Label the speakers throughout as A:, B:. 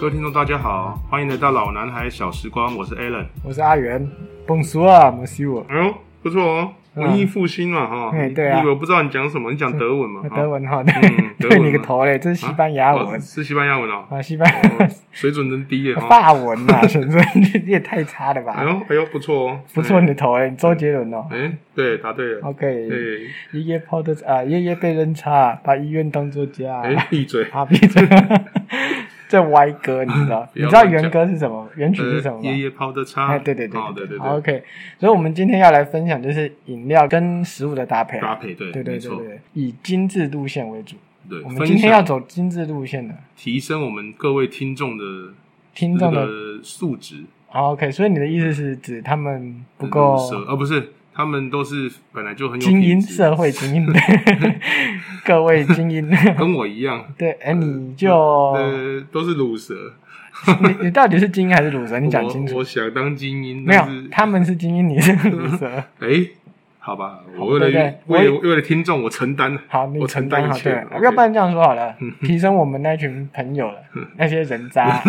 A: 各位听众，大家好，欢迎来到《老男孩小时光》，我是 Alan。
B: 我是阿元，蹦叔啊，摩西我，
A: 哎呦，不错哦，
B: 嗯
A: 文艺复兴嘛，哈、
B: 哎对啊
A: 你以为我不知道你讲什么？你讲德文嘛？哈
B: 德文哈，
A: 嗯德文
B: 对你个头嘞，这是西班牙
A: 啊哦
B: 文
A: 是西班牙文哦，
B: 啊，西班牙
A: 哦水准真低耶！哈。
B: 法文呐，纯粹你也太差了
A: 哎
B: 吧？
A: 呦，哎呦，不错哦，
B: 不错，你的头嘞，你周杰伦哦
A: 哎。哎，对，答对了。哎
B: ，OK，
A: 对，
B: 爷爷泡的啊，爷爷被扔叉，把医院当作家，
A: 哎，闭嘴。
B: 啊，闭嘴，这歪歌你知道？
A: 不
B: 你
A: 要
B: 知道
A: 乱
B: 原
A: 讲
B: 歌是什么？原曲 是什么
A: 呃，
B: 吗
A: 爷？爷泡的茶。
B: 哎，对对对
A: 哦，对对对，
B: 好，OK，所以我们今天要来分享就是饮料跟食物的搭配，啊
A: 搭配对，
B: 对对
A: 没
B: 对
A: 错，
B: 对，以精致路线为主。
A: 对
B: 我。们今
A: 分
B: 天要
A: 享
B: 走精致路线的，
A: 提升我们各位听众的
B: 听
A: 这
B: 众的、
A: 个素质
B: 好 OK，所以你的意思是指他们不够
A: 入舌，而呃不是他们都是本来就很有
B: 精
A: 品
B: 英，
A: 质
B: 社会精英， 各位精英，
A: 跟我一样，
B: 对，哎、你就
A: 呃，都是乳蛇。
B: 你你到底是精英还是乳蛇？你讲清
A: 我
B: 楚。
A: 我想当精英，
B: 没
A: 但
B: 有
A: 是，
B: 他们是精英，你是乳 蛇。
A: 哎，好吧，我
B: 好
A: 为
B: 对对
A: 了
B: 我
A: 为
B: 也
A: 了为了听众，我承担。
B: 好，你
A: 我承担
B: 好
A: 一切
B: 对
A: OK 嗯
B: 要不然这样说 好了，提升我们那群朋友了，那些 人渣，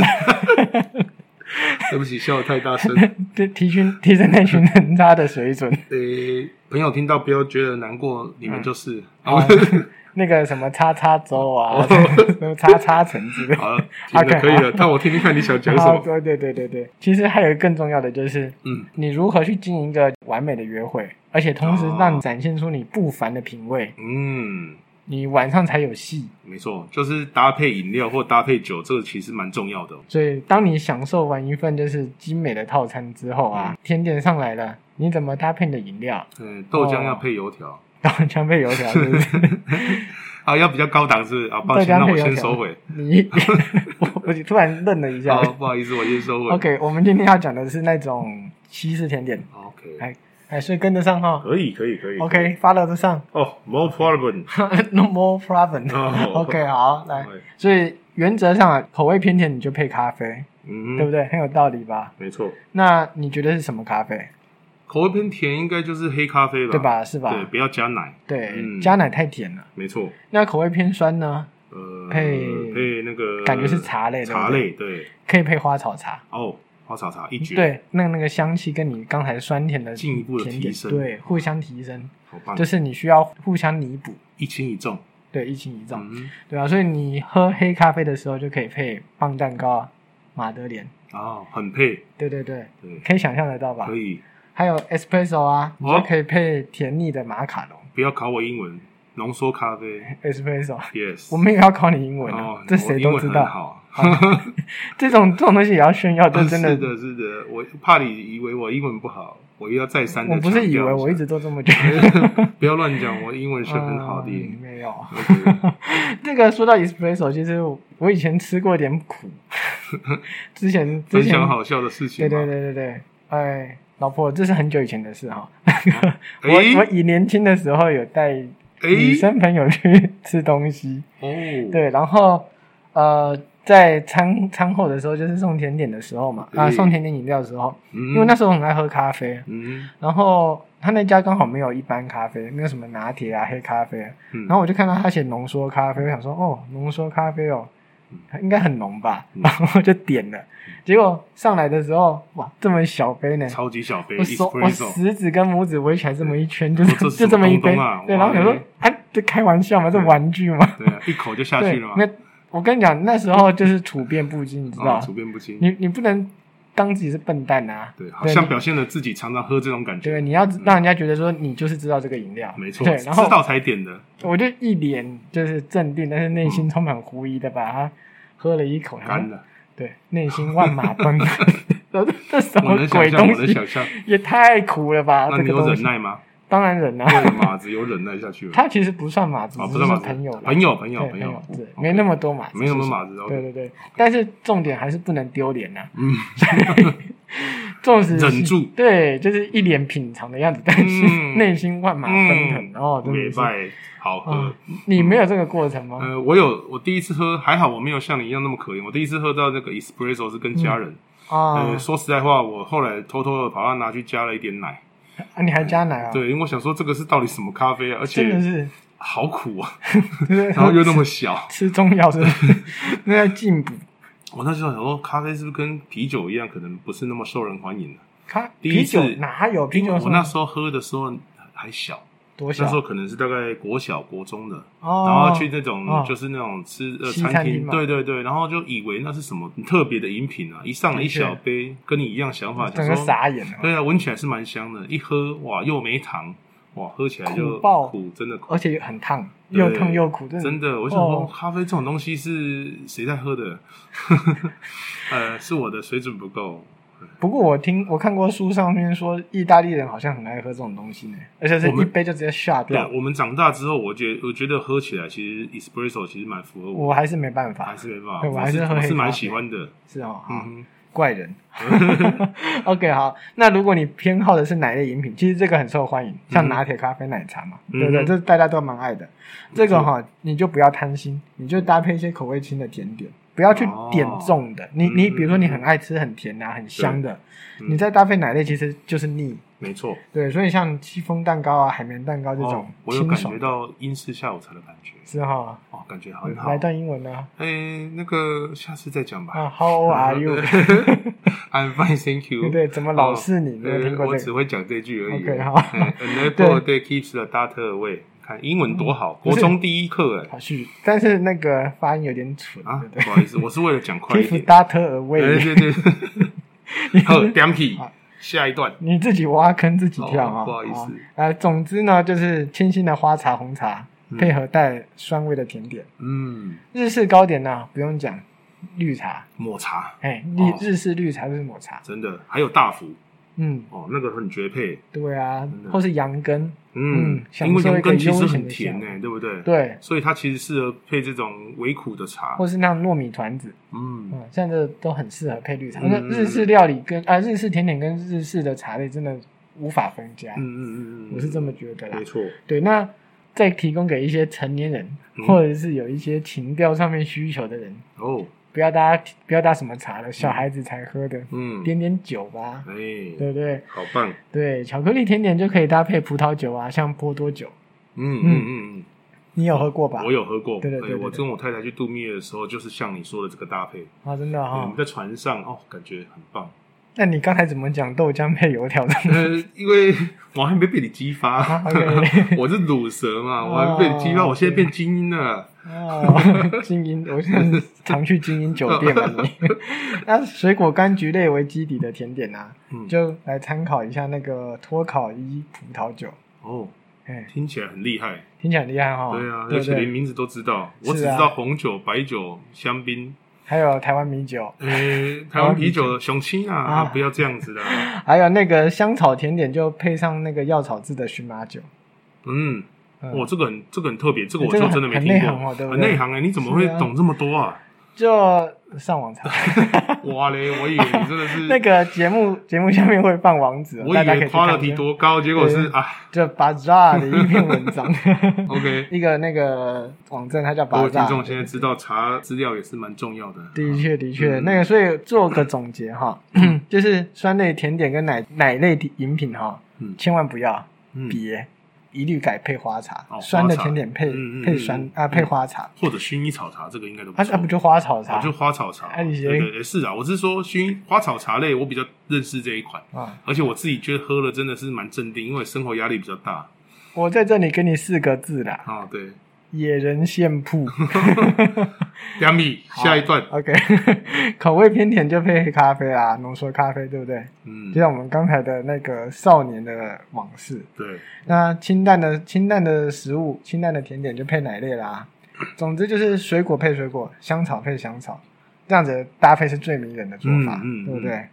A: 对不起，笑得太大 声。
B: 对，提升提升那群人渣的水准。
A: 呃，朋友听到不要觉得难过，你们就是。
B: 哦
A: 好，
B: 那个什么叉叉州啊，
A: 哦
B: 什么叉叉城之类的。
A: 好了， 行了，
B: OK，
A: 可以
B: 好
A: 了。但我听听看你想讲什
B: 好
A: 么。
B: 对对对对对，其实还有一个更重要的就是，
A: 嗯，
B: 你如何去经营一个完美的约会，而且同时
A: 哦
B: 让你展现出你不凡的品味，
A: 嗯，
B: 你晚上才有戏。
A: 没错，就是搭配饮料或搭配酒，这个其实蛮重要的哦。
B: 所以，当你享受完一份就是精美的套餐之后啊，甜点上来了，你怎么搭配你的饮料？
A: 嗯，豆
B: 哦
A: 浆要配油条
B: 豆浆配油条是 不是？
A: 啊，要比较高档是不是啊。抱歉，
B: 豆
A: 那
B: 浆配
A: 我
B: 油条
A: 先收回。
B: 你 我我突然愣了一下。
A: 哦，不好意思，我先收回。
B: OK，我们今天要讲的是那种西式甜点，
A: OK，
B: 哎哎，所以跟得上哈。
A: 可以，可以，可以。
B: OK，发了 得上
A: 哦，more problem。
B: ，No more problem。
A: 哦
B: OK，好，来，
A: 对
B: 所以原则上啊，口味偏甜你就配咖啡，
A: 嗯，
B: 对不对？很有道理吧？
A: 没错，
B: 那你觉得是什么咖啡？
A: 口味偏甜应该就是黑咖啡吧？
B: 对？吧？是吧？
A: 对，不要加奶。
B: 对，
A: 嗯
B: 加奶太甜了。
A: 没错，
B: 那口味偏酸呢？
A: 呃，
B: 配
A: 配那个
B: 感觉是茶类对不对
A: 呃茶类对。
B: 可以配花草茶。
A: 哦，花草茶一绝，，
B: 对，那那个香气跟你刚才酸甜的
A: 进一步的
B: 甜
A: 提
B: 点
A: 升啊
B: 对，互相提升，
A: 好棒，
B: 就是你需要互相弥补，
A: 一轻一重。
B: 对，一轻一重，
A: 嗯，
B: 对啊，所以你喝黑咖啡的时候就可以配棒蛋糕啊、马德莲，
A: 哦，很配，
B: 对对对，
A: 对，
B: 可以想象得到吧？
A: 可以。
B: 还有 espresso 啊，你就
A: 哦
B: 可以配甜腻的马卡龙
A: 不要考我英文，浓缩咖啡
B: espresso。
A: ，yes。
B: 我们也要考你英文啊，
A: 哦，
B: 这
A: 我
B: 谁都知
A: 英文很
B: 道。
A: 好，啊
B: 这种这种东西也要炫耀，这真
A: 是的，是的，我怕你以为我英文不好，我又要再三的。
B: 我不是以为，我一直都这么觉得。
A: 不要乱讲，我英文是很好的。
B: 嗯没有。
A: OK，
B: 这个说到 espresso，其实我以前吃过点 苦，之前之
A: 分
B: 前
A: 享好笑的事情
B: 对
A: 吗。
B: 对对对对，哎，老婆，这是很久以前的事哈。我
A: 哎
B: 我以年轻的时候有带女
A: 哎，
B: 生朋友去吃东西，
A: 哦，
B: 对，然后呃，在餐餐后的时候，就是送甜点的时候嘛，啊，
A: 嗯
B: 送甜点饮料的时候，
A: 嗯，
B: 因为那时候很爱喝咖啡，
A: 嗯
B: 然后他那家刚好没有一般咖啡，没有什么拿铁啊、黑咖啡啊，
A: 嗯，
B: 然后我就看到他写浓缩咖啡，我想说哦，浓缩咖啡哦
A: 嗯，
B: 应该很浓吧，
A: 嗯
B: 然后我就点了，结果上来的时候，哇，这么小杯呢。
A: 超级小杯
B: 我手我
A: espresso，
B: 食指跟拇指围起来这么一圈，就是
A: 这是什
B: 就
A: 么
B: 这么一
A: 东
B: 杯
A: 东啊，
B: 对，
A: 哇嗯
B: 然后想说
A: 嘞，
B: 哎，这开玩笑吗？这
A: 对
B: 玩具吗？
A: 对啊，一口就下
B: 对，
A: 去了嘛
B: 那。我跟你讲，那时候就是处变不惊，你知道
A: 啊，
B: 吗？
A: 处变不惊。
B: 你你不能当自己是笨蛋啊。
A: 对，好像
B: 你
A: 表现了自己常常喝这种感
B: 对，
A: 觉。
B: 你要让人家觉得说你就是知道这个饮料，
A: 没错，
B: 对，
A: 知
B: 然后
A: 道才点的，
B: 我就一脸就是镇定，但是内心充满狐疑的把它喝了一口，然
A: 干
B: 后
A: 了。
B: 对，内心万马 奔腾。我说这什
A: 我
B: 么
A: 能想
B: 鬼
A: 象，
B: 东
A: 我能
B: 西？
A: 想象。
B: 也太苦了吧！
A: 那
B: 这
A: 你
B: 个
A: 有
B: 东
A: 忍
B: 西，
A: 耐吗？
B: 当然忍
A: 为
B: 啊。
A: 了马子有忍耐下去吗？
B: 他其实不算马子，
A: 啊，
B: 只
A: 不是马子，
B: 朋友啦，
A: 朋友，朋
B: 对
A: 友，
B: 朋
A: 友
B: 友，，对，没那么多马子，
A: 没那么
B: 是
A: 马子。
B: 对
A: OK，
B: 对对，但是重点还是不能丢脸呐。
A: 嗯，
B: 纵使是
A: 忍住
B: 对，就是一脸品尝的样子，但是
A: 嗯
B: 内心万马奔腾、哦，真
A: 美
B: 的是啊、
A: 拜好喝。
B: 你没有这个过程吗？
A: 呃，我有，我第一次喝，还好我没有像你一样那么可怜。我第一次喝到那个 espresso 是跟家人，
B: 啊
A: 呃，说实在话，我后来偷偷的把它拿去加了一点奶，
B: 啊，你还加奶啊？，
A: 对，因为我想说这个是到底什么咖啡啊，而
B: 真的
A: 且
B: 是，
A: 好苦啊，
B: 对不对
A: 然后又那么小，
B: 吃中药是不是那要进补
A: 我那时候想说，咖啡是不是跟啤酒一样，可能不是那么受人欢迎的、
B: 咖
A: 第一
B: 啤酒
A: 次
B: 哪有啤酒？
A: 我那时候喝的时候还小，
B: 多小
A: 那时候可能是大概国小、国中的，
B: 哦，
A: 然后去那种、
B: 哦
A: 就是那种吃呃
B: 西
A: 餐
B: 餐
A: 厅
B: 厅，嘛
A: 对对对，然后就以为那是什么特别的饮品啊，一上来
B: 的
A: 一
B: 确
A: 小杯，跟你一样想法，
B: 整
A: 想
B: 个
A: 说
B: 傻眼了，
A: 对啊，闻起来是蛮香的，一喝哇又没糖，哇喝起来就
B: 苦爆
A: 苦，真的苦，
B: 而且很烫，
A: 对
B: 又烫又苦，真
A: 真
B: 的
A: 的。我想说，
B: 哦
A: 咖啡这种东西是谁在喝的？ 呃，是我的水准不够。
B: 不过我听我看过书上面说，意大利人好像很爱喝这种东西呢，而且是
A: 我们
B: 一杯就直接下
A: 对啊
B: 掉，。
A: 我们长大之后，我觉我觉得喝起来其实 espresso 其实蛮符合我，
B: 我还是没办法
A: 还，是没办法，
B: 对我还是
A: 是
B: 喝黑
A: 是蛮
B: 咖啡
A: 喜欢的。
B: 是哦，好
A: 啊嗯
B: 怪人。OK，好，那如果你偏好的是哪类饮品，其实这个很受欢迎，像拿铁、咖啡、奶茶嘛，
A: 嗯嗯哼
B: 对不对？这大家都蛮爱的。这个哈、你就不要贪心，你就搭配一些口味轻的甜点，不要去点重的。你你
A: 哦嗯嗯
B: 比如说你很
A: 嗯
B: 爱吃很甜啊、很香的，
A: 嗯
B: 你再搭配奶类其实就是腻。
A: 哼，没错。
B: 对，所以像戚风蛋糕啊、海绵蛋糕这
A: 哦
B: 种，
A: 我有
B: 清
A: 感
B: 爽
A: 觉到英式下午茶的感觉，
B: 是哈、
A: 哦，感觉很好
B: 来。段英文呢、
A: 哎、那个下次再讲吧。
B: 啊、h o w are you？
A: I'm fine, thank you.
B: 对对，怎么老是你？没有听
A: 呃，
B: 过
A: 我
B: 这
A: 只
B: 个？
A: 会讲这句而已。
B: OK，好
A: 嗯 An apple a day keeps the doctor away。看英文多好，
B: 嗯不
A: 国
B: 是
A: 中第一课哎
B: 好续，但是那个发音有点蠢，
A: 啊
B: 对不，对？
A: 不好意思，我是为了讲快一
B: Keep
A: 点。
B: data
A: 哎
B: away，、
A: 对对， 好，Dumpy，
B: 好
A: 下一段。
B: 你自己挖坑自己跳啊、
A: 哦不好意思
B: 啊、呃总之呢，就是清新的花茶、红茶，
A: 嗯
B: 配合带酸味的甜点。
A: 嗯，
B: 日式糕点呢、啊不用讲，绿茶，
A: 抹茶
B: 哎，
A: 哦
B: 日日式绿茶就是抹茶，
A: 真的还有大福
B: 嗯，
A: 哦，那个很绝配。
B: 对啊
A: 真的，
B: 或是羊羹，
A: 嗯
B: 嗯，享
A: 因为
B: 受
A: 羊
B: 一个
A: 羹其
B: 悠
A: 实
B: 闲
A: 很
B: 的
A: 甜
B: 下午
A: 呢，对不对？
B: 对，
A: 所以它其实适合配这种微苦的茶。
B: 或是那种糯米团子，
A: 嗯，
B: 嗯，像这都很适合配绿茶。
A: 嗯
B: 那日式料理跟啊、日式甜点跟日式的茶类真的无法分家，
A: 嗯嗯嗯嗯，
B: 我是这么觉得啦。
A: 没错。
B: 对，那再提供给一些成年人，
A: 嗯
B: 或者是有一些情调上面需求的人，
A: 哦，
B: 不要搭不要搭什么茶了，小孩子才喝的，
A: 嗯，
B: 点点酒吧，对
A: 哎，
B: 不对？
A: 好棒。
B: 对，巧克力甜点就可以搭配葡萄酒啊，像波多酒，
A: 嗯嗯嗯
B: 你有喝过吧
A: 嗯，？我有喝过。
B: 对对对
A: 哎
B: 对
A: 我
B: 对
A: 跟我太太去度蜜月的时候，就是像你说的这个搭配，
B: 啊，真的
A: 我
B: 哈、
A: 们在船上哦，感觉很 棒。
B: 那你刚才怎么讲豆浆配油条的？
A: 呃，因为我还没被你激发
B: 啊 ，OK，
A: 我是乳蛇嘛，我还没被你激发，
B: 哦
A: 我现在变精英了。
B: 哦，精英，我现在常去精英酒店嘛啊 你。那水果柑橘类为基底的甜点啊，
A: 嗯，
B: 就来参考一下那个脱烤一葡萄酒，
A: 哦，
B: 哎，
A: 听起来很厉害。
B: 听起来很厉害哈、
A: 对啊，
B: 哦对
A: 而
B: 不
A: 且连
B: 对？
A: 名字都知道，我只
B: 是
A: 知
B: 啊
A: 道红酒、白酒、香槟。
B: 还有台湾米酒，
A: 呃，台湾啤酒的雄青啊，
B: 哦啊
A: 不要这样子啊 啦。
B: 还有那个香草甜点，就配上那个药草制的荨麻酒。
A: 嗯，
B: 嗯
A: 哇，这个很这个很特别，这个我
B: 这
A: 就
B: 个
A: 真的没
B: 很
A: 听
B: 很内行
A: 过，
B: 哦对不
A: 很
B: 对
A: 内行哎，你怎么会
B: 是啊
A: 懂这么多 啊？
B: 就上 网查
A: 哇嘞，我以为你真的是
B: 那，个节目，节目下面会放网址哦，
A: 我
B: 大
A: 以
B: 家可以
A: 为
B: 去看
A: quality 多高，结果是
B: 对
A: 啊
B: 就 Bazaar 的一篇文章，
A: ，OK。
B: 一个那个网站，它叫
A: 各位听
B: Bazaar
A: 众。现在知道查资料也是蛮重要的，
B: 的确，的确，
A: 嗯
B: 那个，所以做个总结哈， 就是酸类甜点跟奶奶类饮品哈，
A: 嗯
B: 千万不要
A: 嗯，
B: 别一律改配花茶
A: 哦，
B: 酸的
A: 花茶
B: 甜点配
A: 嗯嗯
B: 配
A: 嗯
B: 酸
A: 嗯
B: 啊
A: 嗯
B: 配花茶，
A: 或者薰衣草茶，这个应该都不
B: 它
A: 错
B: 它不就花草茶
A: 啊就花草茶，
B: 哎你
A: 对
B: 先
A: 对对，是啊，我是说薰花草茶类，我比较认识这一款，
B: 啊？
A: 而且我自己觉得喝了真的是蛮镇定，因为生活压力比较大
B: 我在这里给你四个字啦，
A: 啊。对，
B: 野人现 铺。
A: 两米下一段，
B: OK，口味偏甜就配黑咖啡啦，浓缩咖啡对不对？啊
A: 嗯
B: 就，像我们刚才的那个少年的往事。
A: 对，
B: 那清淡的清淡的食物，清淡的甜点就配奶类啦。总之就是水果配水果，香草配香草，这样子的搭配是最迷人的做法，
A: 嗯嗯
B: 对不对？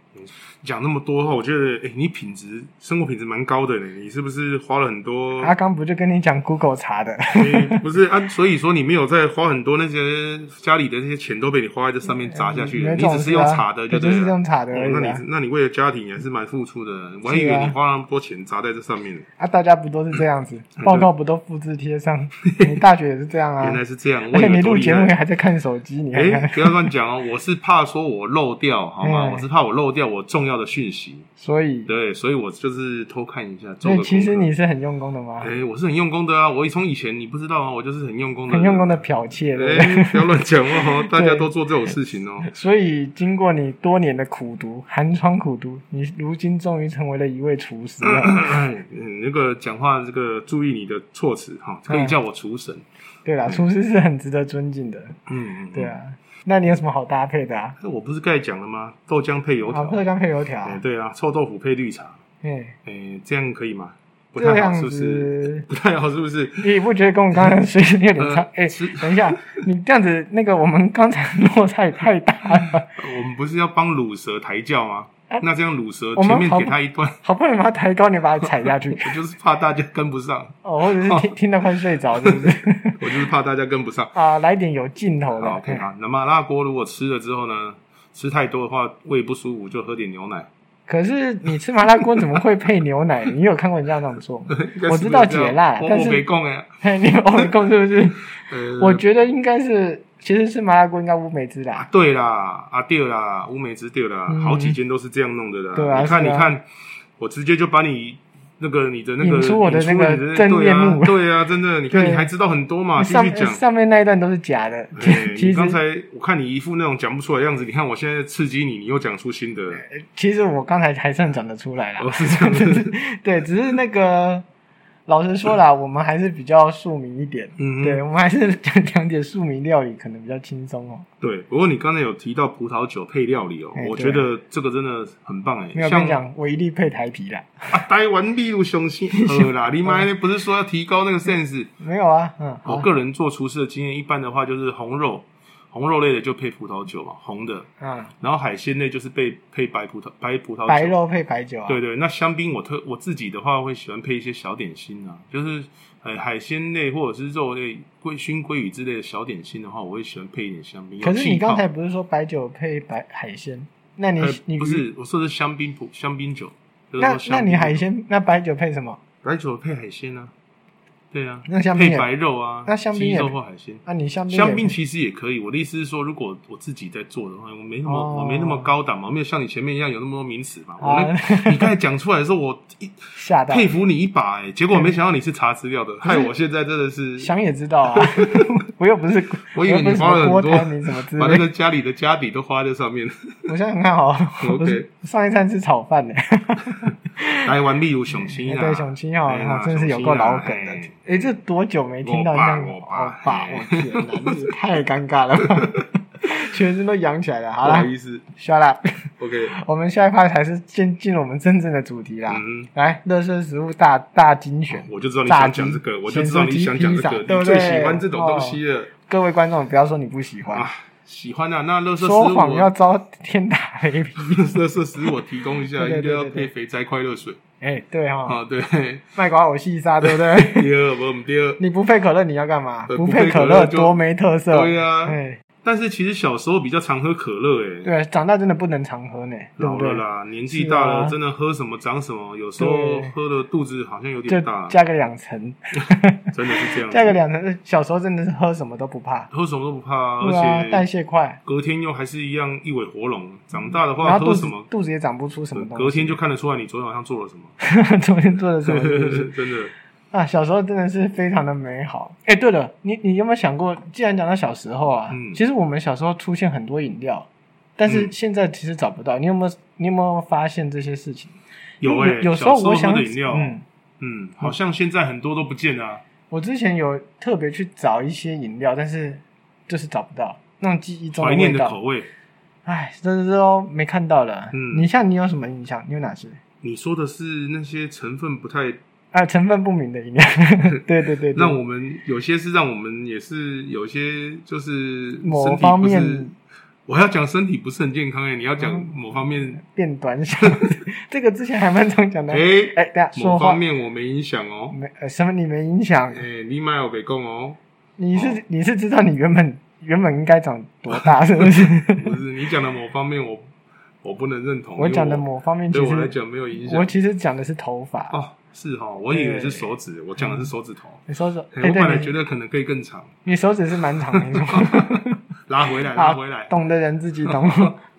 A: 讲那么多的话，我觉得，哎、你品质生活品质蛮高的呢。你是不是花了很多？
B: 阿刚不就跟你讲 Google 查的？
A: 诶 不是啊，所以说你没有在花很多那些家里的那些钱都被你花在这上面砸下 去了，
B: 没
A: 你
B: 种
A: 只是
B: 啊
A: 用查的
B: 对
A: 就
B: 就
A: 对
B: 是
A: 了
B: 用。查的而
A: 哦
B: 已、
A: 那
B: 啊
A: 你那你为了家庭也是蛮付出的，我还以
B: 是
A: 为
B: 啊
A: 你花那么多钱砸在这上面，
B: 啊，大家不都是这 样子？报告不都复制贴上？你大学也是这样啊
A: 原？来是这样。我
B: 而
A: 以
B: 且
A: 为
B: 你
A: 多
B: 录
A: 厉
B: 节目也
A: 害。
B: 还在看手机，你看
A: 哎、
B: 看。
A: 不要乱讲哦！我是怕说我漏掉，好吗？
B: 嗯
A: 我是怕我漏掉，掉我重要的讯息。
B: 所以，
A: 对，所以我就是偷看一下，做
B: 所
A: 个
B: 以其实
A: 功课
B: 你是很用功的吗？
A: 哎，我是很用功的啊！我从以前你不知道啊，我就是很用功的，啊
B: 很用功的剽窃，对不对？
A: 哎，不要乱讲 哦，大家都做这种事情哦。
B: 所以经过你多年的苦读，寒窗苦读，你如今终于成为了一位厨师了。
A: 嗯，那个讲话这个注意你的措辞哈，可以
B: 嗯
A: 叫我厨神。
B: 对啦，厨师是很值得尊敬的。
A: 嗯嗯，
B: 对。啊，那你有什么好搭配的啊？
A: 那我不是刚才讲了吗？豆浆配油
B: 好，
A: 条。
B: 豆浆配油条
A: 哎，。对啊，臭豆腐配绿茶。
B: 哎，
A: 哎，这样可以吗？不
B: 这
A: 太好，
B: 样
A: 是不是？
B: 子，
A: 不太好，是不是？
B: 你不觉得跟我刚才水准有点差
A: 呃？
B: 哎
A: 是，
B: 等一下，你这样子，那个我们刚才落差也太大了，
A: 呃我们不是要帮卤蛇抬轿吗
B: 哎？
A: 那这样卤蛇
B: 我们
A: 前面
B: 好
A: 给他一段，
B: 好不容易把它抬高，你把它踩下 去，
A: 我就是怕大家跟不上，
B: 哦，或者是听听到快睡着，是不是？
A: 我就是怕大家跟不上。
B: 啊，来点有劲头的
A: 好。，OK 好。那麻辣锅如果吃了之后呢，吃太多的话胃不舒服，就喝点牛奶。
B: 可是你吃麻辣锅怎么会配牛奶？你有看过人家这样做吗？我知道解辣
A: 我
B: 但
A: 我
B: 是
A: 没供哎。
B: 嘿你有没空是不 是？
A: 呃
B: 我觉得应该是，其实是麻辣锅应该乌梅汁啦。
A: 啊，对啦，啊对啦，乌梅汁对啦，
B: 嗯
A: 好几间都是这样弄的啦。
B: 对啊
A: 你看，
B: 是啊
A: 你看，我直接就把你那个你的那个
B: 引出我的
A: 引
B: 那个
A: 你的
B: 真面
A: 对啊，
B: 目
A: 对啊，真的，你看
B: 对
A: 你还知道很多啊嘛，继
B: 上
A: 续讲。
B: 上面那一段都是假的，其
A: 哎
B: 其
A: 你刚
B: 实
A: 才我看你一副那种讲不出来的样子，你看我现在刺激你，你又讲出新的，
B: 其实我刚才还算讲得出来啦
A: 我。是这样子。
B: 对，只是那个老实说 啦，我们还是比较庶民一点。
A: 嗯哼
B: 对，我们还是讲讲解庶民料理，可能比较轻松哦。
A: 对，不过你刚才有提到葡萄酒配料理哦，
B: 哎
A: 我
B: 对
A: 觉得这个真的很棒哎、
B: 没有跟
A: 像
B: 你讲，我一律配台啤啦。
A: 啊，台湾秘鲁雄心，呃 啦，你妈那不是说要提高那个 sense？
B: 没有啊，嗯，好
A: 我
B: 啊
A: 个人做厨师的经验，一般的话就是红肉，红肉类的就配葡萄酒嘛，红的，
B: 嗯，
A: 然后海鲜类就是配配白葡萄白葡萄酒。
B: 白肉配白酒啊。
A: 对对，那香槟我特我自己的话会喜欢配一些小点心啊，就是呃海鲜类或者是肉类桂熏鲑鱼之类的小点心的话，我会喜欢配一点香槟。有
B: 可是你
A: 气泡
B: 刚才不是说白酒配白海鲜？那你、
A: 呃
B: 你
A: 不是我说的是香槟葡香槟酒，就是
B: 那
A: 说香
B: 那你
A: 槟啊
B: 海
A: 酒
B: 鲜那白酒配什么？
A: 白酒配海鲜啊，对啊，
B: 那香槟
A: 配
B: 也
A: 白肉啊，
B: 那香槟
A: 鸡
B: 也
A: 肉或海鲜。
B: 那、你香槟也
A: 香槟
B: 配
A: 其实也可以，我的意思是说，如果我自己在做的话，我没那么、
B: 哦
A: 我没那么高档嘛，我没有像你前面一样有那么多名词嘛。我
B: 啊
A: 那你刚才讲出来的时候，我 一
B: 吓到，
A: 佩服你一把哎、结果没想到你是查资料 的，害我现在真的是
B: 想也知 道啊，我又不是
A: 我以为
B: 又
A: 你
B: 不是
A: 花了
B: 什么
A: 很
B: 郭
A: 多
B: 台铭什么之
A: 把那
B: 类。
A: 个家里的家底都花在上 面。
B: 我想想看好了，
A: OK
B: 我是上一餐吃炒饭呢、
A: 来玩秘鲁雄心啊，
B: 对，熊青哦，
A: 哎呀
B: 哦真的是有
A: 雄
B: 够
A: 心啊
B: 老梗的。
A: 哎
B: 哎、这多久没听到
A: 我
B: 这
A: 爸
B: 样？
A: 我爸
B: 我爸，
A: 哎
B: 我天哪，这也太尴尬了 吧！全身都扬起来了。
A: 不
B: 好
A: 好
B: 了
A: 意思
B: ，shut up。
A: ，OK，
B: 我们下一趴才是进进入我们真正的主题啦。
A: 嗯，
B: 来，乐色食物大大精选，
A: 我就知道你
B: 炸
A: 想
B: 鸡
A: 讲这个，我就知道你想讲这
B: 咸酥鸡
A: 个，
B: 披萨
A: 你最喜欢这种东西了。
B: 各位观众不要说你不喜欢，
A: 啊，喜欢啊。那乐色食
B: 哦说
A: 物
B: 谎
A: 我，
B: 要遭天打雷劈。
A: 乐色食物我提供一下，
B: 对对
A: 应该
B: 对
A: 要
B: 对
A: 配肥宅快乐水
B: 哎、对哈、
A: 啊。对，
B: 卖瓜我细沙，对不对？
A: 第二我们第二。
B: 你不配可乐你要干嘛？
A: 对
B: 不配
A: 不配可
B: 乐
A: 乐就
B: 多没特色。
A: 对啊
B: 哎，
A: 但是其实小时候比较常喝可乐，哎，
B: 对，啊长大真的不能常喝呢，对
A: 老
B: 不
A: 了
B: 对？
A: 啦，年纪
B: 是
A: 大
B: 啊
A: 了，真的喝什么长什么，有时候
B: 对
A: 喝了肚子好像有
B: 就
A: 点大，嗯
B: 加个两层，
A: 真的是这样
B: 加个
A: 子。
B: 两层。小时候真的是喝什么都不怕，
A: 喝什么都不怕啊，
B: 对啊，代
A: 而且
B: 谢快，
A: 隔天又还是一样一尾活龙。长大的
B: 然
A: 话，
B: 后肚
A: 喝
B: 子
A: 什么，
B: 肚子也长不出什么东西。
A: 隔天就看得出来你昨天晚上做了什么。
B: 昨天做的什么是不是？
A: 真的，
B: 啊，小时候真的是非常的美好。哎，对了，你你有没有想过，既然讲到小时候啊，
A: 嗯
B: 其实我们小时候出现很多饮料，但是
A: 嗯
B: 现在其实找不到。你有没有你有没有发现这些事情？
A: 有
B: 因为
A: 哎，
B: 有
A: 小
B: 时候我
A: 喝
B: 想
A: 的饮料，
B: 嗯，
A: 嗯，好像现在很多都不见了啊。
B: 我之前有特别去找一些饮料，但是就是找不到那种记忆中
A: 怀念
B: 味
A: 的
B: 道
A: 口。味。
B: 哎，这这都没看到了。
A: 嗯
B: 你像你有什么印象？你有哪些？
A: 你说的是那些成分不太，
B: 啊，成分不明的饮料。 对对对对，
A: 让我们有些是让我们也是有些就是
B: 某
A: 身体
B: 方
A: 不
B: 面
A: 是，我要讲身体不是很健康哎、你要讲
B: 嗯
A: 某方面，
B: 变短小， 这个之前还蛮常讲的。
A: 哎、
B: 哎、等一下说
A: 某
B: 话
A: 方面我没影响哦、
B: 没呃什么你没影响
A: 哎、，你买我北贡哦，
B: 你是、你是知道你原本原本应该长多大 是不是？
A: 不是你讲的某方面我我不能认同，因
B: 我
A: 为
B: 讲的某方面
A: 对
B: 其
A: 我来
B: 实
A: 讲没有影
B: 我
A: 响
B: 其实讲的是头发，
A: 哦，是哈、我以为
B: 对嗯
A: 是手指，我讲的是手指头，
B: 你手指
A: 哎
B: 哎
A: 我本来觉
B: 对，你
A: 得可能可以更长，。
B: 你手指是蛮长的，没错
A: 拉回来，拉回来，
B: 懂的人自己懂，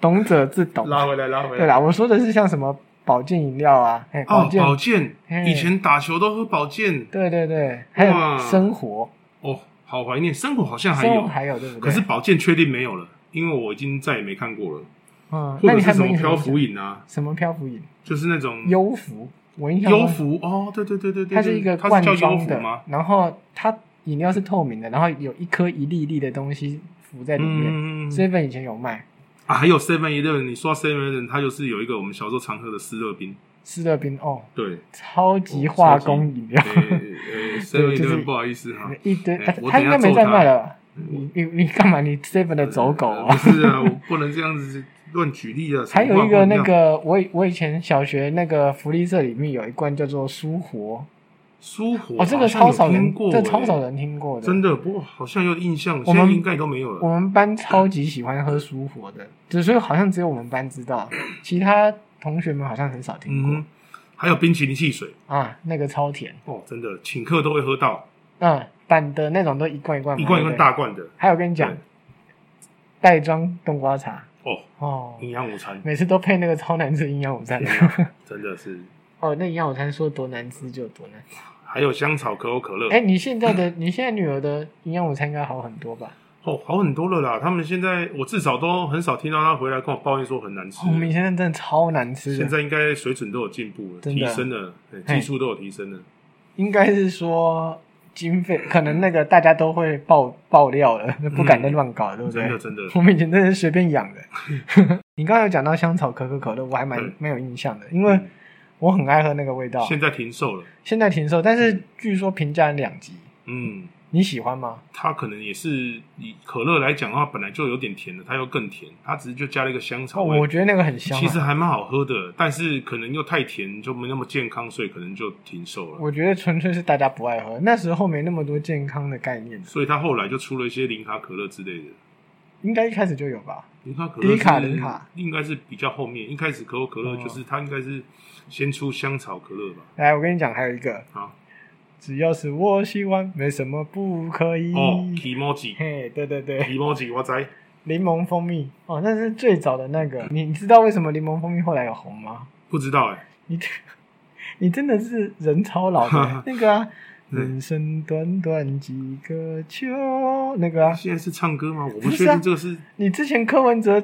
B: 懂者自懂。
A: 拉回来，拉回
B: 对
A: 来。
B: 啦，我说的是像什么保健饮料啊，嘿，
A: 哦
B: 保，健，
A: 保健，
B: 嘿
A: 以前打球都喝保健，
B: 对对对，还有
A: 哇
B: 生活，
A: 哦，好怀念。生活好像还
B: 生活
A: 有，
B: 还有对不对？
A: 可是保健确定没有了，因为我已经再也没看过了。
B: 嗯，
A: 或
B: 那
A: 者
B: 你
A: 是
B: 还
A: 什
B: 没
A: 么
B: 印象
A: 漂浮饮啊，
B: 什么漂浮饮？
A: 就是那种
B: 优芙，我印象
A: 优
B: 中
A: 芙哦，对对对对对，
B: 它是一个
A: 它
B: 罐
A: 叫优
B: 装
A: 芙
B: 的
A: 吗？，
B: 然后它饮料是透明的，然后有一颗一粒一粒的东西浮在里面。
A: 嗯，
B: seven 以前有卖
A: 啊，还有 Seven Eleven，你说 Seven Eleven，它就是有一个我们小时候常喝的湿热冰，
B: 湿热冰哦，
A: 对，
B: 超级
A: 哦
B: 化
A: 超级
B: 工饮料，
A: 呃，Seven
B: 就是
A: Eleven 不好意思哈，
B: 一堆，
A: 哎
B: 哎
A: 我
B: 它
A: 等一
B: 应
A: 下
B: 该没
A: 揍
B: 在
A: 它
B: 卖了吧。你你你干嘛？你 seven 的走狗
A: 呃
B: 啊！
A: 不是啊，我不能这样子乱举例啊，
B: 还有一
A: 什么话
B: 个那
A: 不样
B: 个，我以我以前小学那个福利社里面有一罐叫做舒活，哦
A: 舒活，
B: 哦，这个
A: 好像有
B: 超少人
A: 听，过，
B: 这超少
A: 哎，
B: 人听过的，
A: 真的，不过好像有印象，
B: 我
A: 现
B: 们
A: 在应该都没有
B: 我
A: 了。
B: 们班超级喜欢喝舒活的，只是好像只有我们班知道，其他同学们好像很少听过、
A: 嗯，还有冰淇淋汽水
B: 啊。那个超甜，
A: 哦，真的，请客都会喝到
B: 嗯，板的那种都一罐一罐买，
A: 一罐一罐
B: 嗯对不对
A: 大罐的
B: 还有跟你讲
A: 对，
B: 袋装冬瓜茶
A: 哦，
B: 哦，
A: 营养午餐
B: 每次都配那个超难吃的营养午餐。
A: 真的是，
B: 哦，那营养午餐说多难吃就有多难。
A: 还有香草可口可乐
B: 哎、，你现在的你现在女儿的营养午餐应该好很多吧？
A: 哦，好很多了啦。他们现在我至少都很少听到他回来跟我抱怨说很难吃
B: 哦，我。们以前真的超难吃
A: 现
B: 的，
A: 在应该水准都有进步了，
B: 真的啊
A: 提升了，对
B: 嘿
A: 技术都有提升了。
B: 应该是说经费可能那个大家都会爆爆料了，不敢再乱搞，对不
A: 嗯
B: 对？
A: 真的真的
B: 我们以前真的是随便养的。 你刚才有讲到香草可口可乐，我还蛮
A: 对
B: 没有印象的，因为
A: 嗯
B: 我很爱喝那个味道。
A: 现在停售了，
B: 现在停售，但是据说评价两级，
A: 嗯，
B: 你喜欢吗？
A: 它可能也是以可乐来讲的话，本来就有点甜的，它又更甜，它只是就加了一个香
B: 哦，
A: 草味，
B: 我觉得那个很香、啊。
A: 其实还蛮好喝的，但是可能又太甜，就没那么健康，所以可能就停售了。
B: 我觉得纯粹是大家不爱喝，那时候没那么多健康的概念，
A: 所以它后来就出了一些零卡可乐之类的。
B: 应该一开始就有吧？
A: 零卡可
B: 低
A: 乐
B: 卡
A: 是
B: 零卡哦
A: 应该是比较后面，一开始可口可乐就是它应该是先出香草可乐吧？
B: 来，我跟你讲，还有一个，
A: 好，
B: 只要是我喜欢，没什么不可以。
A: 哦 k i m o j i
B: 嘿，对对对
A: k，i m o j i 我在
B: 柠檬蜂蜜哦，那是最早的那个。你你知道为什么柠檬蜂蜜后来有红吗？
A: 不知道哎、
B: 你 你真的是人超老 的那个啊，
A: 对
B: 人生短短几个秋，那个啊，
A: 现在是唱歌吗？我不
B: 不
A: 确
B: 是啊
A: 定这个是，
B: 你之前柯文哲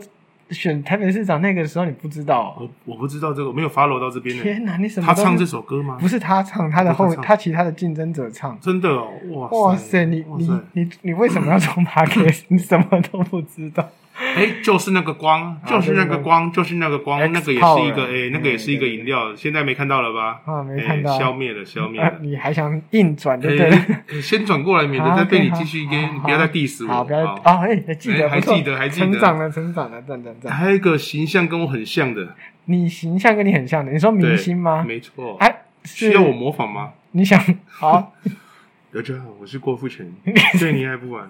B: 选台北市长那个时候你不知道、哦？
A: 我我不知道这个，我没有 follow 到这边呢、
B: 天哪，你什么
A: 他
B: 都
A: 唱这首歌吗？
B: 不是他唱，他的后
A: 不是他唱
B: 他其他的竞争者唱。
A: 真的哦，
B: 哇
A: 哇
B: 塞，你
A: 哇
B: 你
A: 塞，
B: 你你为什么要从 p o d c 你什么都不知道。
A: 哎、就是那个
B: 啊
A: 光，就是那个光，就是那个光，
B: X
A: 那个也是一
B: Power
A: 个哎、那个也是一个饮料，现在没看到了吧？
B: 啊没
A: 哎
B: 看到
A: 消灭了，消灭
B: 啊
A: 了，。
B: 你还想硬转就对了。
A: 哎哎 先转过来，免得
B: 好
A: 再被你
B: OK，
A: 继续
B: 好
A: 跟，
B: 好
A: 不要再 diss 我。
B: 好，不要哦，哎，记得
A: 哎还
B: 不错
A: 记得还记得
B: 成长了，成长了，赞赞赞！
A: 还有一个形象跟我很像的
B: 你形象跟你很像的，你说明星吗？
A: 没错。
B: 哎，是
A: 需要我模仿吗？
B: 你想好，
A: 大家好，我是郭富 城，对你爱不完。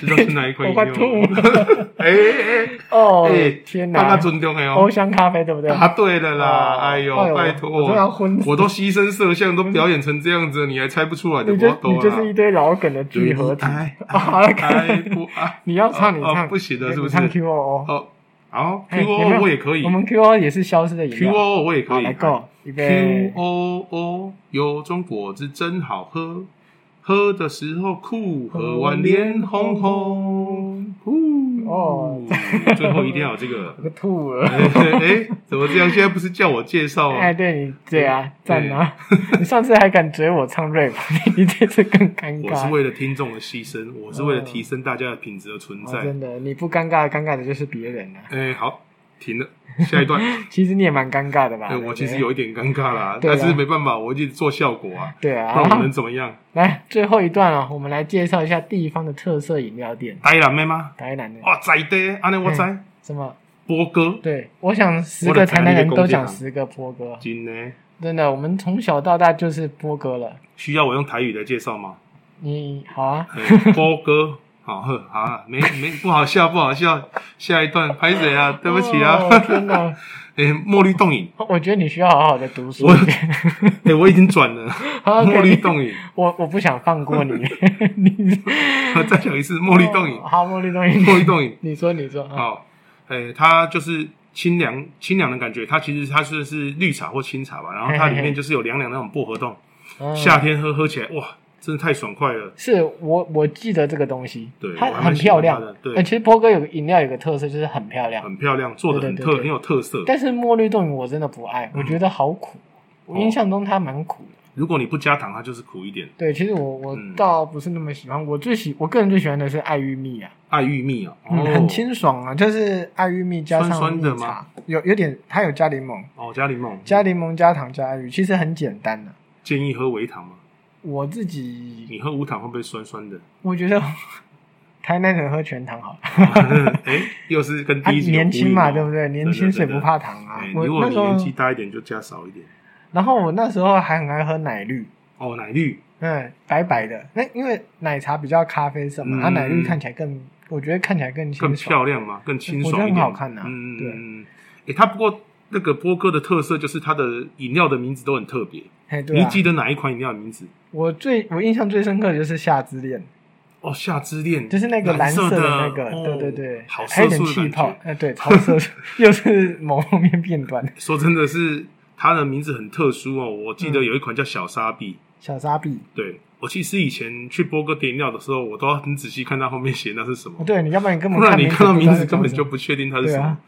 A: 知道是哪一款饮料
B: 我快
A: 吗？ 哎哎
B: 哦
A: 哎哎，，
B: 天
A: 大家
B: 哪，
A: 尊重哎
B: 欧
A: 哦。
B: 香咖啡对不对？啊
A: 答对了啦！
B: 哦
A: 哎呦
B: 哎，呦
A: 拜托，
B: 我都要昏死
A: 我都牺牲色相，都表演成这样子，你还猜不出来？
B: 你
A: 不
B: 就
A: 要抖
B: 你就是一
A: 啊
B: 堆老梗的聚合体。
A: 爱
B: 啊 好了，可
A: 爱
B: 以
A: 不爱？
B: 你 要唱你
A: 哦哦
B: 唱，哎
A: 不行的
B: 你
A: 是不是
B: 唱 Q O O，
A: 哦，好
B: 哎
A: ，Q
B: 有
A: O
B: 没有
A: 我也可以
B: 我们 Q O 也是消失的饮
A: ，Q
B: 料。
A: O 我也可
B: 好，
A: 以。
B: 来
A: 哎
B: go，预
A: Q
B: 备。
A: O O，有种果汁真好喝，喝的时候酷，喝完脸红红，酷
B: 哦，。
A: 最后一定要有这个
B: 我吐了。
A: 哎、哎怎么这样？现在不是叫我介绍、
B: 哎，对你对
A: 嗯
B: 啊，赞啊！ 你上次还敢追我唱 rap，你 这次更尴
A: 我是
B: 尬。
A: 为了听众的牺牲，我是为了提升大家的品质而存
B: 哦、
A: 在。
B: 真的，你不尴尬，尴尬的就是别人啊。
A: 哎、好，停了，下一 段。
B: 其实你也蛮尴尬的吧？
A: 哎
B: 对不对
A: 我其实有一点尴尬啦，
B: 对啊
A: 但是没办法，我一直做效果啊，
B: 对
A: 不
B: 啊。
A: 然我能怎么样？
B: 来最后一段啊，我们来介绍一下地方的特色饮料店。
A: 呆了妹吗？
B: 台南的
A: 哇，在的，安尼我在，
B: 什么？
A: 波哥，
B: 对，我想十
A: 我的
B: 个
A: 台
B: 台
A: 南
B: 南
A: 一个
B: 人都
A: 公
B: 讲
A: 店啊
B: 十个波哥，
A: 真的。
B: 真的，我们从小到大就是波哥了。
A: 需要我用台语来介绍 吗？
B: 你好啊，
A: 哎波哥，好呵，好
B: 哦
A: 啊，没没不好笑，不好笑。下一段拍谁啊？对不起啊，
B: 哦天哪！
A: 诶、墨绿冻饮，
B: 我我觉得你需要好好的读书
A: 我
B: 一点。
A: 诶、哎我已经转 了
B: 好
A: 墨绿
B: OK，
A: 冻饮，
B: 我我不想 放过你。你
A: 我 再讲一次墨绿冻饮
B: 哦，好，茉莉冻饮，
A: 墨绿冻饮。
B: 你说你说，啊
A: 好，诶、它就是清凉清凉的感觉，它其实它是是绿茶或清茶吧，然后它
B: 嘿嘿
A: 里
B: 嘿
A: 面就是有凉凉的那种薄荷冻，
B: 嗯
A: 夏天喝喝起来哇，真的太爽快了。
B: 是我我记得这个东西，
A: 对
B: 它
A: 我还蛮
B: 很
A: 喜欢
B: 漂亮
A: 它的。对
B: 呃其实波哥有个饮料有个特色就是很漂亮，
A: 很漂亮，做的很特
B: 对对对对
A: 很有特色。
B: 但是墨绿冻饮我真的不爱，
A: 嗯
B: 我觉得好苦。
A: 哦
B: 我印象中它蛮苦的。
A: 如果你不加糖，它就是苦一点。
B: 对，其实我我
A: 嗯
B: 倒不是那么喜欢，我最喜我个人最喜欢的是爱玉蜜啊，
A: 爱玉蜜啊，哦
B: 嗯，很清爽啊，就是爱玉蜜加上
A: 酸酸的
B: 蜜茶
A: 吗
B: 有有点它有加柠檬，
A: 哦，加柠檬，
B: 加柠檬加糖加爱玉，其实很简单的、
A: 建议喝微糖嘛。
B: 我自己
A: 你喝无糖会不会酸酸 的？
B: 我觉得台南人喝全糖好了，
A: 哎，又是跟
B: 啊
A: 第一集有
B: 年轻
A: 呼应
B: 嘛，
A: 哦
B: 对不对？年轻谁不？怕糖啊
A: 哎？
B: 我
A: 如果
B: 那
A: 你
B: 时候
A: 年纪大一点，就加少一点。
B: 然后我那时候还很爱喝奶绿，
A: 哦，奶绿，
B: 嗯，白白的。那因为奶茶比较咖啡色嘛，
A: 嗯
B: 它、奶绿看起来更，我觉得看起来更
A: 更
B: 清
A: 漂
B: 爽。
A: 亮嘛，更清
B: 我觉
A: 爽
B: 得
A: 一
B: 很
A: 点，
B: 好看啊
A: 嗯
B: 对
A: 嗯嗯。哎，它不过那个波哥的特色就是它的饮料的名字都很特别。
B: 哎，对
A: 你
B: 啊，
A: 记得哪一款饮料的名字？
B: 我最我印象最深刻的就是夏之恋，
A: 哦，夏之恋，
B: 就是那个蓝
A: 色
B: 的那个，
A: 哦
B: 对对对，
A: 好
B: 还有
A: 色
B: 点
A: 素的
B: 气
A: 感
B: 泡
A: 觉，。
B: 哎，对，超 色素，又是某方面片段。
A: 说真的是，它的名字很特殊哦。我
B: 嗯
A: 记得有一款叫小沙币，
B: 小沙比，
A: 对我其实以前去波哥点饮料的时候，我都要很仔细看它后面写那是什么，
B: 哦对，你要不然你根本
A: 不然你看到
B: 不知
A: 名
B: 道
A: 字
B: 在
A: 根
B: 讲
A: 本
B: 什
A: 就
B: 么
A: 不确定它是什
B: 对
A: 么
B: 啊。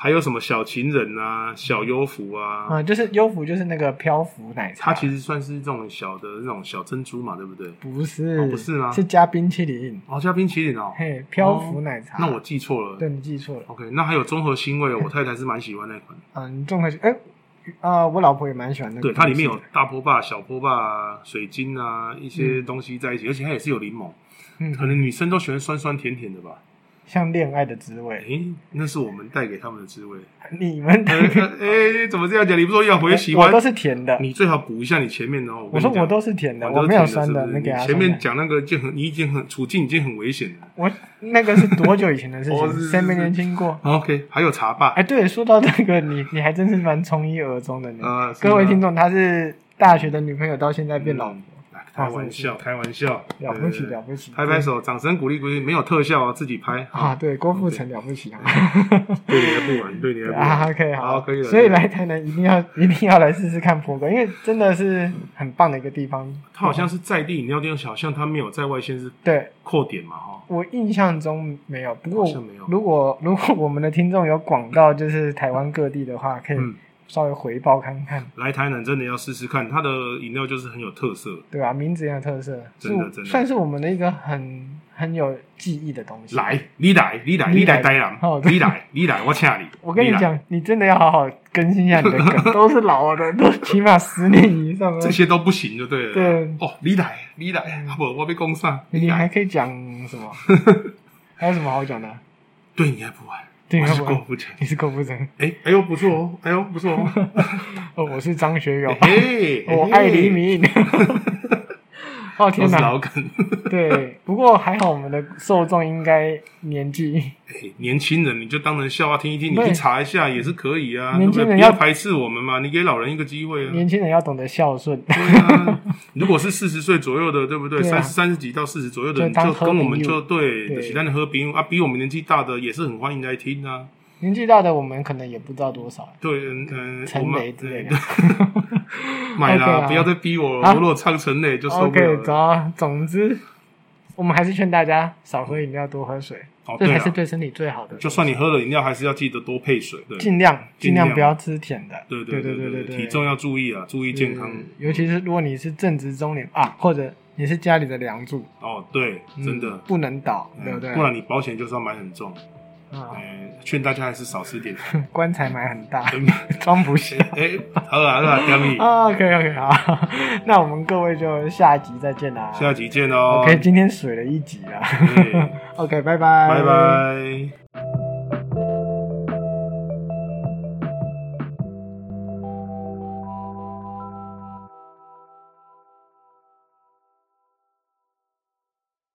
A: 还有什么小情人啊、小优福啊，
B: 嗯，就是优芙就是那个漂浮奶
A: 它
B: 茶，
A: 其实算是这种小的那种小珍珠嘛，对不对？
B: 不是、
A: 哦不是吗
B: 是加冰淇淋，
A: 哦，加冰淇淋哦，
B: 嘿，漂浮奶茶。
A: 那我记错了。
B: 对你记错了。
A: OK，那还有综合腥味哦，我太太是蛮喜欢那 款。
B: 嗯，综合性，哎、啊、我老婆也蛮喜欢那
A: 对，
B: 个东西的。
A: 它里面有大波霸、小波霸啊、水晶啊一些东西在一起，而且它也是有柠檬。可
B: 嗯，
A: 能女生都喜欢酸酸甜甜的吧？
B: 像恋爱的滋
A: 诶、
B: 味。
A: 那是我们带给他们的滋 味。
B: 你们哎
A: 哎、怎么这样讲？你不说要回喜
B: 我
A: 欢
B: 都？是甜的。
A: 你最好补一下你前面的哦。
B: 我
A: 跟
B: 说
A: 你讲
B: 我都是甜的，
A: 你
B: 我
A: 都
B: 没有
A: 甜
B: 酸
A: 是不
B: 的，
A: 是
B: 那给他
A: 你
B: 酸
A: 前
B: 的
A: 面讲那个就很，你已经很处境已经很危险了。
B: 我那个是多久以前的事
A: 哦是
B: 情？
A: 是
B: 谁没
A: 是
B: 年轻过？
A: OK，还有茶霸，
B: 哎，对，说到这个，你你还真是蛮从一而终的呢。
A: 呃，
B: 嗯各位听
A: 众
B: 众，她是大学的女朋友，到现在变老婆，
A: 嗯开玩笑，开玩笑，
B: 了不起
A: 对
B: 了不起，
A: 拍拍手，掌声鼓励鼓励，没有特效啊，自己拍
B: 啊！，对，郭
A: 嗯
B: 富城了不起啊！
A: 对你的不满，对你的不满。
B: 啊，OK，
A: 好可以了
B: 所以来台南一定要一定要来试试看波哥，因为真的是很棒的一个地方。
A: 他好像是在地饮料店，好像他没有在外县市
B: 对
A: 扩点嘛，哈。
B: 我印象中没有，不过
A: 好像没有
B: 如果 如果我们的听众有广告，就是台湾各地的话，可以
A: 嗯
B: 稍微回报看看，
A: 来台南真的要试试看，它的饮料就是很有特色，
B: 对吧、名字也有特色，是
A: 真的
B: 我
A: 真的
B: 算是我们的一个很很有记忆的东西。，
A: 来，你来，你来，你
B: 你来
A: 来台南
B: 哦，对
A: 你来，你来，我请你。
B: 我跟你
A: 来，
B: 讲，你真的要好好更新一下你的 梗，都是老的，都起码十年以上了
A: 这。些都不行就对了。
B: 对嗯
A: 哦，你来，你来，啊不，我被攻上，你
B: 你还
A: 来，
B: 可以讲 什么？还有什么好讲的？
A: 对你还不完，
B: 对
A: 我
B: 你还
A: 是
B: 不完
A: 郭富城。
B: 你是郭富城，
A: 哎，哎呦不错哦，哎呦不错哦，
B: 哦，我是张学友，
A: 哎，
B: 我爱黎
A: 哎，
B: 明。哦
A: 都
B: 天
A: 是
B: 哪！
A: 老梗。
B: 对，不过还好我们的受众应该年纪，
A: 哎年轻人你就当成笑话听一听，你
B: 对
A: 去查一 下也是可以啊，对
B: 年
A: 不对？
B: 轻人
A: 不
B: 要
A: 要排斥我们嘛，你给老人一个机会啊。
B: 年轻人要懂得孝顺。
A: 对啊，如果是四十岁左右的，对不对？
B: 对啊
A: 三十三十几到四十左右的，
B: 就
A: 你
B: 当
A: 就
B: 喝
A: 跟我们
B: 朋友
A: 就对，
B: 对
A: 就是咱的喝冰啊，比我们年纪大的也是很欢迎来听啊。
B: 年纪大的我们可能也不知道多少，
A: 对，嗯，呃我
B: 陈
A: 们
B: 雷之类的
A: 对。 买
B: OK
A: 啦，
B: 啊
A: 不要再逼我了，
B: 啊
A: 我如果唱陈磊就受不
B: OK，
A: 了
B: 走
A: 了。
B: 啊，总之我们还是劝大家少喝饮料，多喝水，
A: 哦，
B: 这
A: 对
B: 才是
A: 啊，
B: 对身体最好的。
A: 就算你喝了饮料，还是要记得多配水。对，
B: 尽量
A: 尽
B: 尽
A: 量
B: 量不要吃甜的。
A: 对
B: 对
A: 对
B: 对
A: 对
B: 对，
A: 体重要注意啊，注意健康
B: 是。呃尤其是如果你是正值中年啊，或者你是家里的梁柱，
A: 哦，对，
B: 嗯
A: 真的，
B: 不能倒，对不
A: 嗯
B: 对？
A: 不然你保险就是要买很重。
B: 啊，
A: 哎，劝大家还是少吃点。
B: 棺材买很大，
A: 嗯
B: 装不下。
A: 哎，好啦好啦，屌 你，
B: 啊，OK OK，好，那我们各位就下集再见啦。
A: 下集见哦。
B: OK，今天水了一集啊。
A: 哎
B: OK，拜拜，
A: 拜。拜。